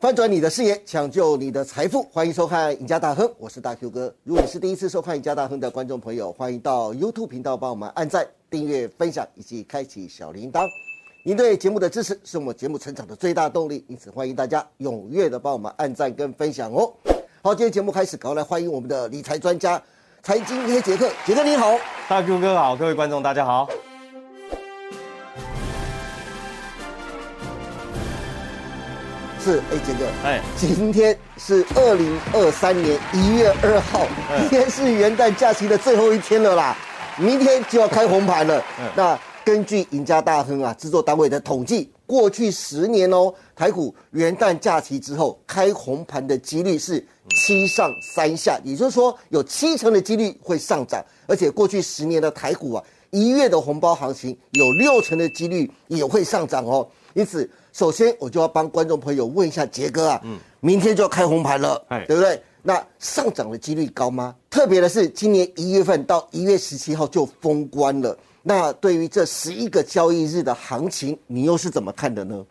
翻转你的视野，抢救你的财富，欢迎收看《赢家大亨》，我是大 Q 哥。如果你是第一次收看《赢家大亨》的观众朋友，欢迎到 YouTube 频道帮我们按赞、订阅、分享以及开启小铃铛。您对节目的支持是我们节目成长的最大动力，因此欢迎大家踊跃的帮我们按赞跟分享哦。好，今天节目开始，赶快来欢迎我们的理财专家、财经黑杰克，杰克你好。大 Q 哥好，各位观众大家好。是，哎，杰哥，哎，今天是二零二三年一月二号，嗯今天是元旦假期的最后一天了啦，明天就要开红盘了。嗯那根据赢家大亨啊制作单位的统计，过去十年哦，台股元旦假期之后开红盘的几率是七上三下，也就是说有七成的几率会上涨，而且过去十年的台股啊，一月的红包行情有六成的几率也会上涨哦。因此，首先我就要帮观众朋友问一下杰哥啊，明天就要开红盘了，哎对不对？那上涨的几率高吗？特别的是，今年一月份到一月十七号就封关了。那对于这十一个交易日的行情，你又是怎么看的呢？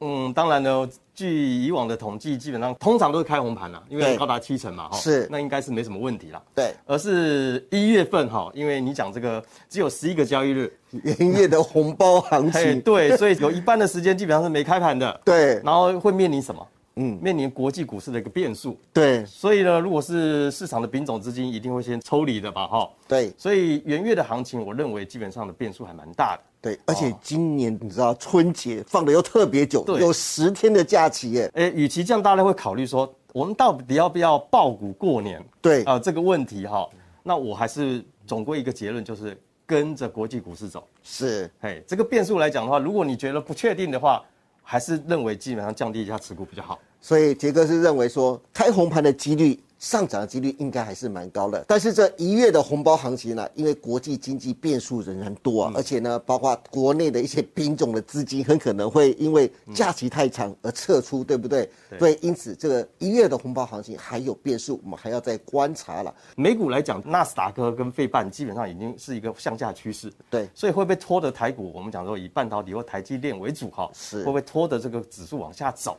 嗯，当然呢，据以往的统计，基本上通常都是开红盘啦，因为对高达七成嘛，哈，是那应该是没什么问题啦。对，而是一月份哈，因为你讲这个只有十一个交易日，元月的红包行哎，情， 对，所以有一半的时间基本上是没开盘的。 对然后会面临什么？嗯嗯，面临国际股市的一个变数。对所以呢，如果是市场的品种资金，一定会先抽离的吧，哈。对所以元月的行情，我认为基本上的变数还蛮大的。对，而且今年你知道春节放的又特别久，对有十天的假期耶，诶，与其这样，大家会考虑说，我们到底要不要爆股过年？对啊、这个问题哈，那我还是总归一个结论，就是跟着国际股市走。是嘿，这个变数来讲的话，如果你觉得不确定的话，还是认为基本上降低一下持股比较好。所以杰哥是认为说，开红盘的几率上涨的几率应该还是蛮高的。但是这一月的红包行情呢、因为国际经济变数仍然多啊，而且呢，包括国内的一些品种的资金很可能会因为假期太长而撤出，对不对？所以因此这个一月的红包行情还有变数，我们还要再观察了。美股来讲，纳斯达克跟费半基本上已经是一个向下趋势，对所以会不会拖着台股？我们讲说以半导体或台积电为主哈，是会不会拖着这个指数往下走？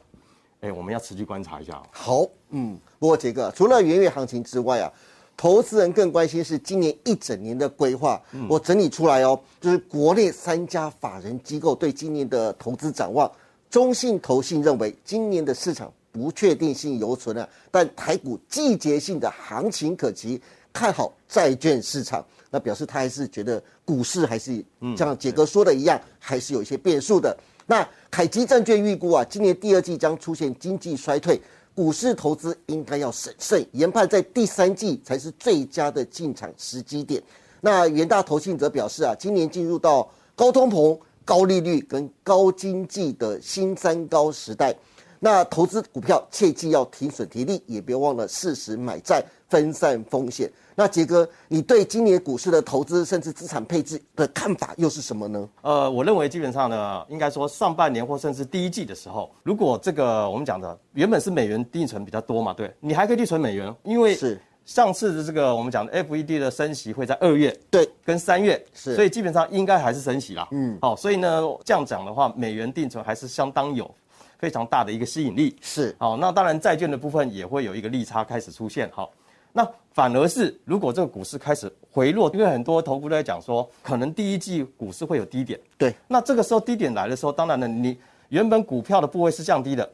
哎，我们要持续观察一下哦。好，嗯，不过杰哥，除了元月行情之外啊，投资人更关心是今年一整年的规划。我整理出来哦，就是国内三家法人机构对今年的投资展望。中信投信认为，今年的市场不确定性犹存啊，但台股季节性的行情可期，看好债券市场。那表示他还是觉得股市还是像杰哥说的一样，还是有一些变数的。那凯基证券预估啊，今年第二季将出现经济衰退，股市投资应该要审慎，研判在第三季才是最佳的进场时机点。那元大投信则表示啊，今年进入到高通膨、高利率跟高经济的新三高时代。那投资股票切记要停损提利，也别忘了适时买债，分散风险。那杰哥，你对今年股市的投资甚至资产配置的看法又是什么呢？呃，我认为基本上呢，应该说上半年或甚至第一季的时候，如果这个我们讲的原本是美元定存比较多嘛，对，你还可以去存美元，因为是上次的这个我们讲的 FED 的升息会在二月对，跟三月，是所以基本上应该还是升息啦。嗯，好、所以呢这样讲的话，美元定存还是相当有非常大的一个吸引力。是好、那当然债券的部分也会有一个利差开始出现。好、那反而是如果这个股市开始回落，因为很多投顾都在讲说，可能第一季股市会有低点。对，那这个时候低点来的时候，当然了，你原本股票的部位是降低的，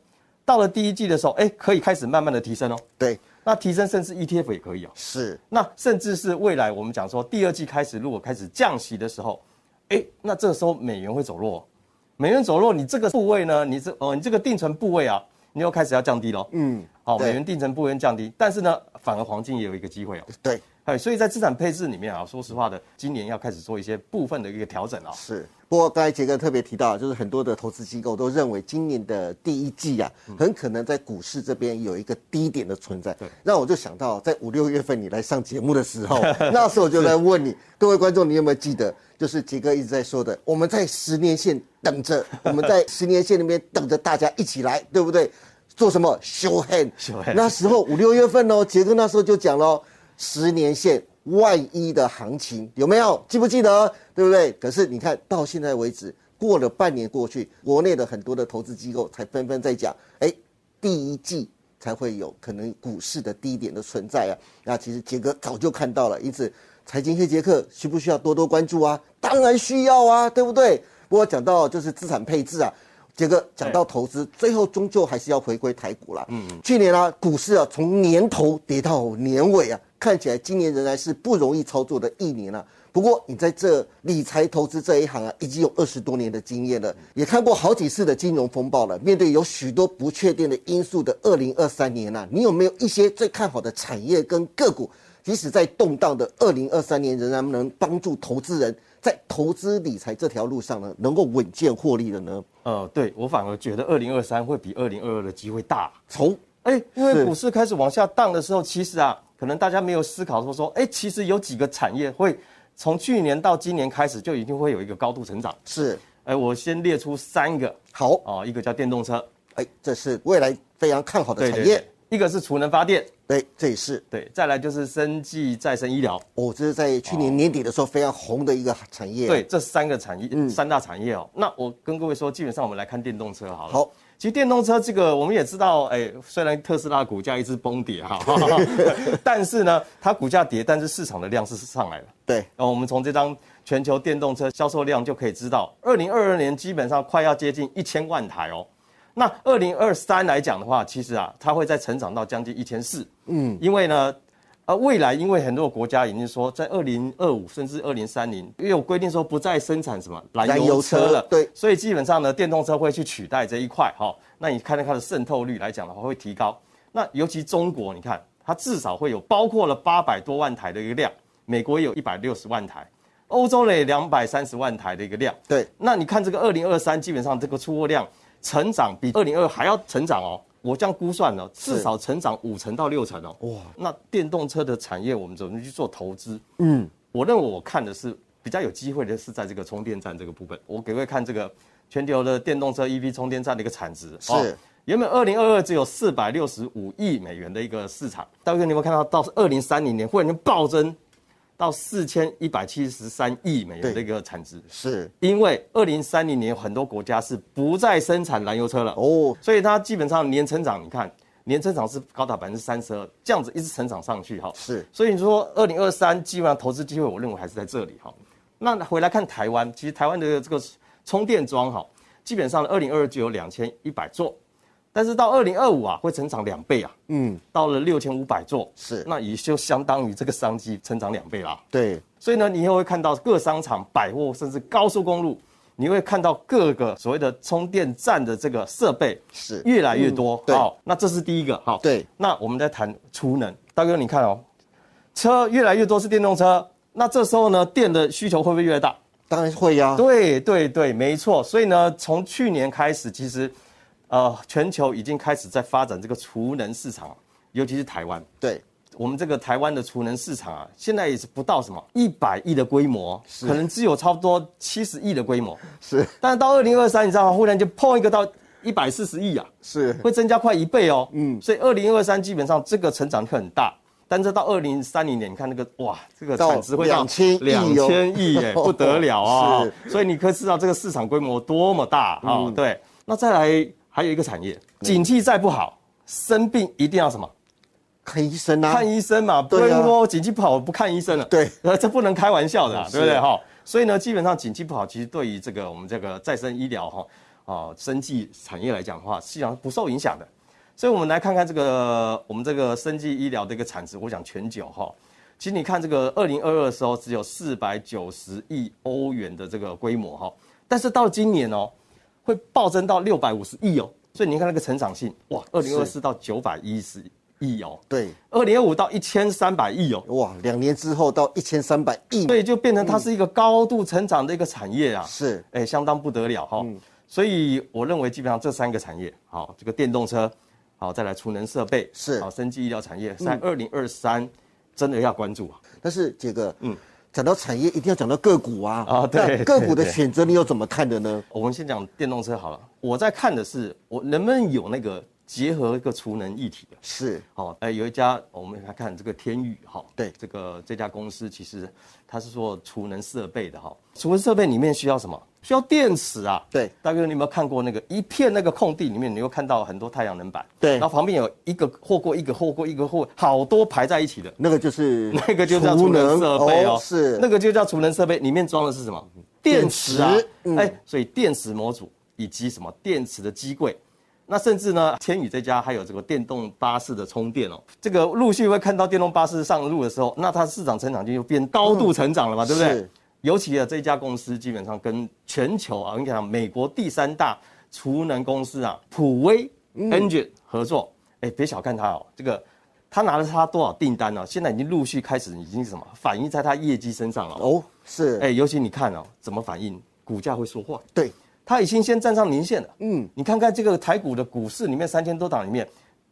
到了第一季的时候，哎，可以开始慢慢的提升哦。对，那提升甚至 ETF 也可以哦。是那甚至是未来我们讲说第二季开始，如果开始降息的时候，哎，那这时候美元会走弱哦，美元走弱，你这个部位呢，你这哦，你这个定存部位啊，你又开始要降低喽。嗯，好，对美元定存部位降低，但是呢，反而黄金也有一个机会哦。对，哎，所以在资产配置里面啊，说实话的，今年要开始做一些部分的一个调整啊。是。不过刚才杰哥特别提到，就是很多的投资机构都认为今年的第一季啊，很可能在股市这边有一个低点的存在。对，那我就想到，在五六月份你来上节目的时候，那时候我就来问你，各位观众，你有没有记得，就是杰哥一直在说的，我们在十年线等着，我们在十年线那边等着大家一起来，对不对？做什么 show hand？ show hand 那时候五六月份哦，杰哥那时候就讲喽，十年线万一的行情有没有？记不记得？对不对？可是你看到现在为止，过了半年过去，国内的很多的投资机构才纷纷在讲，哎，第一季才会有可能股市的低点的存在啊。那其实杰哥早就看到了，因此财经黑杰克需不需要多多关注啊？当然需要啊，对不对？不过讲到就是资产配置啊。杰哥讲到投资，最后终究还是要回归台股啦。嗯，去年啊，股市啊从年头跌到年尾啊，看起来今年仍然是不容易操作的一年啊。不过你在这理财投资这一行啊，已经有二十多年的经验了，也看过好几次的金融风暴了。面对有许多不确定的因素的二零二三年啊，你有没有一些最看好的产业跟个股？即使在动荡的二零二三年，仍然能帮助投资人在投资理财这条路上呢，能够稳健获利的呢？呃，对我反而觉得二零二三会比二零二二的机会大。从哎，因为是股市开始往下荡的时候，其实啊，可能大家没有思考说说，哎，其实有几个产业会从去年到今年开始就一定会有一个高度成长。是哎，我先列出三个好，哦，一个叫电动车，哎，这是未来非常看好的对呃产对业对，，一个是储能发电，对，这也是对，再来就是生技再生医疗，哦，这是在去年年底的时候非常红的一个产业。啊对，，这三个产业、嗯三大产业哦。那我跟各位说，基本上我们来看电动车好了。好，其实电动车这个我们也知道，哎，虽然特斯拉股价一直崩跌哈， 但是呢，它股价跌，但是市场的量是上来了。对，然哦后我们从这张全球电动车销售量就可以知道，二零二二年基本上快要接近一千万台哦。那二零二三来讲的话，其实啊，它会再成长到将近一千四。嗯，因为呢，呃，未来因为很多国家已经说，在二零二五甚至二零三零，因为有规定说不再生产什么燃燃油油车车了，对所以基本上呢，电动车会去取代这一块哈、那你看看它的渗透率来讲的话，会提高。那尤其中国，你看它至少会有包括了八百多万台的一个量，美国也有一百六十万台，欧洲呢也两百三十万台的一个量。对，那你看这个二零二三，基本上这个出货量成长比二零二还要成长哦。我这样估算呢，至少成长五成到六成哦。哇，那电动车的产业我们怎么去做投资？嗯，我认为我看的是比较有机会的是在这个充电站这个部分。我给各位看这个全球的电动车 EV 充电站的一个产值。哦是原本二零二二只有四百六十五亿美元的一个市场，大哥，你有没有看到到二零三零年忽然间暴增到四千一百七十三亿美元的一个产值？是因为二零三零年很多国家是不再生产燃油车了，哦，所以它基本上年成长，你看年成长是高达百分之三十二，这样子一直成长上去哈。是所以你说二零二三基本上投资机会，我认为还是在这里哈。那回来看台湾，其实台湾的这个充电桩哈，基本上二零二二就有两千一百座，但是到二零二五啊会成长两倍啊，嗯，到了六千五百座，是那也就相当于这个商机成长两倍啦。对，所以呢，你也会看到各商场、百货，甚至高速公路，你会看到各个所谓的充电站的这个设备是越来越多。嗯对好，那这是第一个。好，对。那我们再谈储能，大哥，你看哦，车越来越多是电动车，那这时候呢，电的需求会不会越大？当然会呀、对对对，没错。所以呢，从去年开始，其实，呃，全球已经开始在发展这个储能市场，尤其是台湾。对，我们这个台湾的储能市场啊，现在也是不到什么一百亿的规模，可能只有差不多七十亿的规模。是但是到二零二三，你知道吗？忽然就碰一个到一百四十亿啊，是会增加快一倍哦。嗯，所以二零二三基本上这个成长会很大，但是到二零三零年，你看那个哇，这个到产值会到2000亿两哦千亿 耶，不得了啊、是嗯所以你可以知道这个市场规模多么大啊、哦对，那再来还有一个产业，景气再不好，生病一定要什么？看医生啊，看医生嘛，不对能啊说景气不好我不看医生了。对呃， 这不能开玩笑的、啊，是对不对哈？所以呢，基本上景气不好，其实对于这个我们这个再生医疗哈啊、生技产业来讲的话，实际上是啊不受影响的。所以我们来看看这个我们这个生技医疗的一个产值，我想全球哈。其实你看这个二零二二的时候只有四百九十亿欧元的这个规模哈，但是到今年哦，会暴增到六百五十亿哦，所以你看那个成长性哇，二零二四到九百一十亿哦，对，二零二五到一千三百亿哦，哇，两年之后到一千三百亿，所以就变成它是一个高度成长的一个产业啊，是哎，相当不得了哈、所以我认为基本上这三个产业，好，这个电动车，好，再来储能设备，是好，生技医疗产业，在二零二三真的要关注啊。但是杰哥，嗯，讲到产业一定要讲到个股啊，啊对那个股对的对选择你又怎么看的呢？我们先讲电动车好了，我在看的是我能不能有那个结合一个储能议题啊的。是好、哦，哎、有一家我们来看这个天宇哈、对这个这家公司其实它是做储能设备的哈、储能设备里面需要什么？需要电池啊。对大哥，你有没有看过那个一片那个空地里面，你会看到很多太阳能板，对然后旁边有一个货柜一个货柜一个货，好多排在一起的，那个就是那个就叫储能设备哦，是那个就叫储能设备，里面装的是什么？电池啊电池，嗯哎，所以电池模组以及什么电池的机柜。那甚至呢，天宇这家还有这个电动巴士的充电哦，这个陆续会看到电动巴士上路的时候，那它市场成长就又变高度成长了嘛，对不对嗯是？尤其啊，这家公司基本上跟全球啊，我跟你讲，美国第三大储能公司啊，普威嗯 Engine 合作。哎、别小看它哦，这个他拿了他多少订单呢、现在已经陆续开始已经是什么反映在他业绩身上了。哦，哦，是哎、尤其你看哦，怎么反应，股价会说话。对，它已经先站上年线了。嗯，你看看这个台股的股市里面三千多档里面，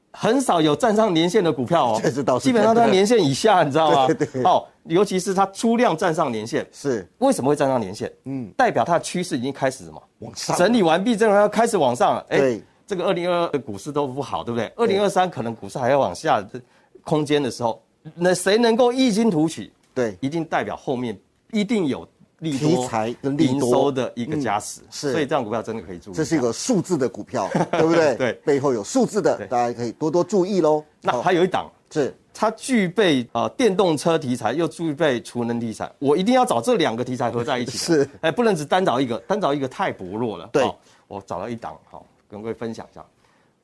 很少有站上年线的股票哦。 这是倒是基本上它年线以下，你知道吗？对对哦，尤其是它出量站上年线，是为什么会站上年线？嗯，代表它的趋势已经开始什么？往上整理完毕，正要开始往上了。哎对，这个二零二二的股市都不好，对不对？二零二三可能股市还要往下的空间的时候，那谁能够异军突起？对，一定代表后面一定有利多题材跟利多嗯营收的一个加持。是所以这样股票真的可以注意。这是一。个数字的股票，对不对？ 对背后有数字的对，大家可以多多注意喽。那好还有一档，是它具备呃电动车题材，又具备储能题材，我一定要找这两个题材合在一起。 是，哎，不能只单找一个，单找一个太薄弱了。对好我找到一档，好跟各位分享一下。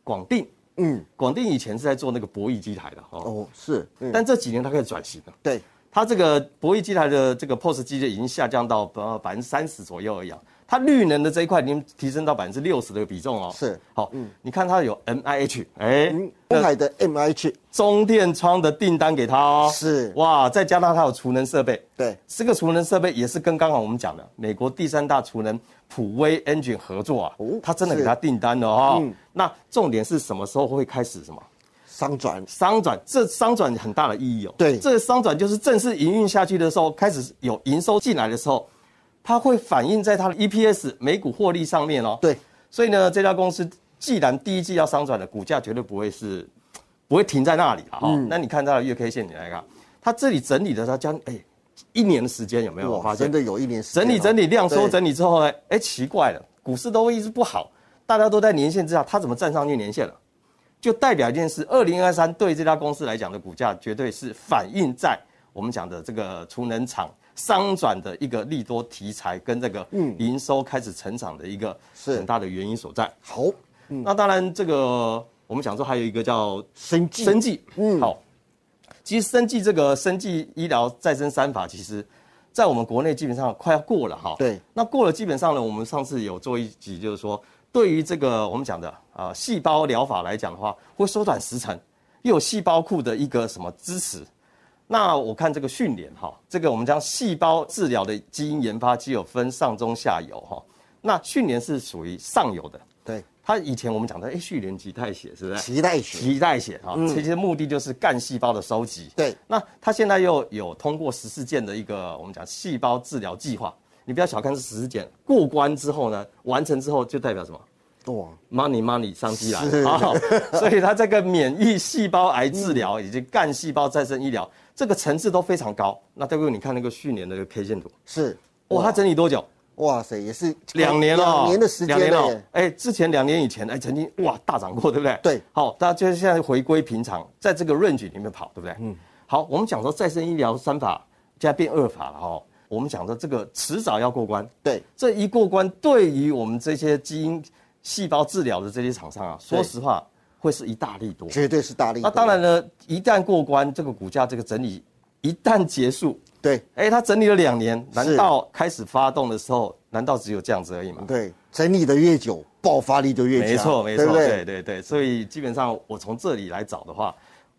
广定，嗯广定以前是在做那个博弈机台的哦，哦是，嗯但这几年它开始转型了。对它这个博弈机台的这个 POS 机就已经下降到呃百分之三十左右而已、啊，它绿能的这一块已经提升到百分之六十的比重哦。是，好，你看它有 MIH，哎、嗯，东海的 MH 中电窗的订单给它哦。是哇，再加上它有储能设备，对这个储能设备也是跟刚刚我们讲的美国第三大储能普威 Engine 合作啊哦，它真的给是嗯它订单了哦。那重点是什么时候会开始什么？商转商转，这商转很大的意义哦。对这个商转就是正式营运下去的时候，开始有营收进来的时候，它会反映在它的 E EPS 每股获利上面哦。，对所以呢，这家公司既然第一季要商转的股价绝对不会是不会停在那里了哈、哦那你看它的月 K 线，你来看，它这里整理的它将哎一年的时间有没有哇发真？现的有一年时间整理哦整理量缩对整理之后呢，哎，奇怪了，股市都一直不好，大家都在年线之下，它怎么站上去年线了？就代表一件事，二零二三对这家公司来讲的股价绝对是反映在我们讲的这个储能厂商转的一个利多题材跟这个营收开始成长的一个嗯是嗯很大的原因所在。好那当然，这个我们讲说还有一个叫生计生技，嗯，好。其实生技这个生技医疗再生三法，其实在我们国内基本上快要过了哈。对，那过了基本上呢，我们上次有做一集，就是说对于这个我们讲的啊、呃细胞疗法来讲的话，会缩短时程，又有细胞库的一个什么支持。那我看这个训练哈，这个我们将细胞治疗的基因研发，既有分上中下游哈。那训练是属于上游的，对它以前我们讲的哎序联及态血是不是？脐带血脐带血啊，其实目的就是干细胞的收集。嗯对，那它现在又有通过十四件的一个我们讲细胞治疗计划，你不要小看这十四件，过关之后呢，完成之后就代表什么？哇 money money 商机来 是了，好，所以它这个免疫细胞癌治疗嗯以及干细胞再生医疗这个层次都非常高。那对不对？你看那个去年的那个 K 线图，是哇，它整理多久？哇塞也是两年了哦，哎两年的时间两年了了哦。哎，之前两年以前，哎，曾经哇大涨过，对不对？对好，大家就是现在回归平常，在这个 range 里面跑，对不对？嗯。好，我们讲说再生医疗三法，现在变二法了哦。我们讲说这个迟早要过关，对这一过关，对于我们这些基因细胞治疗的这些厂商啊，对说实话会是一大利多。绝对是大力那当然呢，一旦过关，这个股价这个整理一旦结束，对哎，它整理了两年，是难道开始发动的时候，难道只有这样子而已吗？对整理的越久爆发力就越强没错，没错，对不对对对对，所以基本上我从这里来找的话，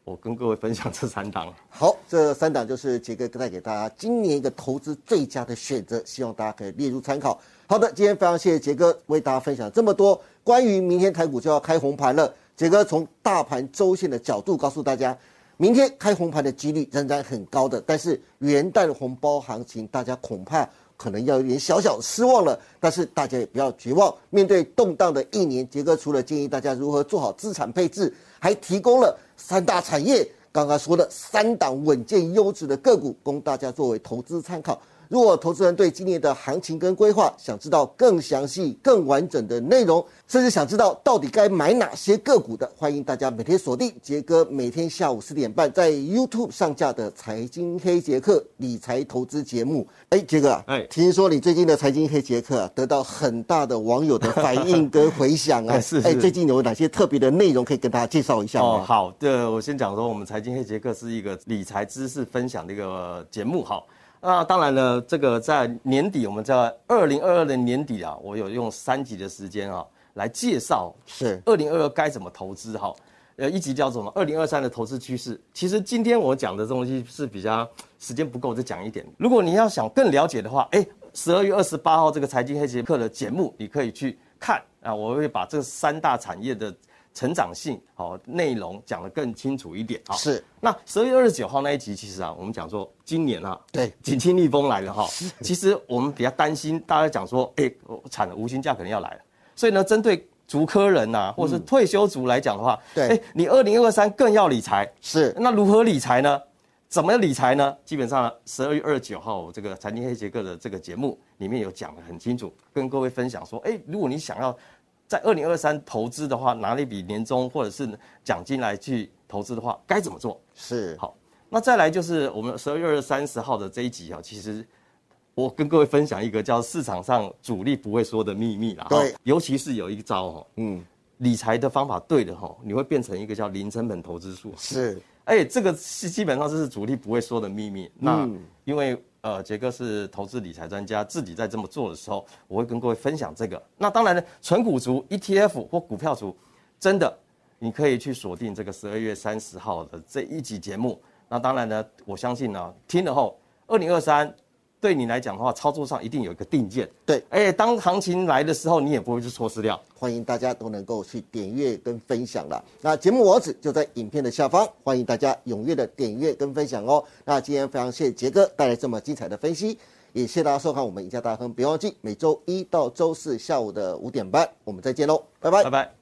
我跟各位分享这三档。好，这三档就是杰哥带给大家今年一个投资最佳的选择，希望大家可以列入参考。好的，今天非常谢谢杰哥为大家分享这么多关于明天台股就要开红盘了。杰哥从大盘周线的角度告诉大家，明天开红盘的几率仍然很高的，但是元旦红包行情大家恐怕可能要有点小小失望了。但是大家也不要绝望，面对动荡的一年，杰哥除了建议哎大家如何做好资产配置，还提供了三大产业刚刚说的三档稳健优质的个股，供大家作为投资参考。如果投资人对今年的行情跟规划想知道更详细、更完整的内容，甚至想知道到底该买哪些个股的，欢迎大家每天锁定杰哥每天下午四点半在 YouTube 上架的《财经黑杰克》理财投资节目。哎，杰哥啊，哎听说你最近的《财经黑杰克》啊，得到很大的网友的反应跟回响啊。 哎是哎，是最近有哪些特别的内容可以跟大家介绍一下哦，吗？ 好的，我先讲说，我们财经黑杰克是一个理财知识分享的一个节目，好。那当然呢，这个在年底，我们在二零二二的年底啊，我有用三集的时间啊，来介绍是二零二二该怎么投资哈。呃，一集叫做什么？二零二三的投资趋势。其实今天我讲的东西是比较时间不够，再讲一点。如果你要想更了解的话，哎，十二月二十八号这个财经黑杰克的节目，你可以去看啊。我会把这三大产业的成长性好、内容讲得更清楚一点啊。是，那十二月二十九号那一集，其实啊，我们讲说今年啊，对，景气逆风来了哈。其实我们比较担心，大家讲说，哎、产了无薪假可能要来了，所以呢，针对族科人呐、或者是退休族来讲的话，对哎、你二零二三更要理财，是那如何理财呢？怎么理财呢？基本上十二月二十九号这个财经黑杰克的这个节目里面有讲的很清楚，跟各位分享说，哎，如果你想要在二零二三投资的话，拿了一笔年终或者是奖金来去投资的话，该怎么做？是好，那再来就是我们十二月三十号的这一集啊，其实我跟各位分享一个叫市场上主力不会说的秘密啦。对哈，尤其是有一招哦，嗯嗯，理财的方法对的哈，你会变成一个叫零成本投资术。是哎，这个是基本上这是主力不会说的秘密。那因为呃，杰哥是投资理财专家，自己在这么做的时候，我会跟各位分享这个。那当然呢，纯股族 ETF 或股票族，真的你可以去锁定这个十二月三十号的这一集节目。那当然呢，我相信呢，听了后，二零二三对你来讲的话，操作上一定有一个定见。对哎，当行情来的时候，你也不会去错失掉。欢迎大家都能够去点阅跟分享啦。那节目网址就在影片的下方，欢迎大家踊跃的点阅跟分享哦。那今天非常谢谢杰哥带来这么精彩的分析，也谢谢大家收看我们赢家大亨，别忘记每周一到周四下午的五点半，我们再见喽，拜拜拜。拜。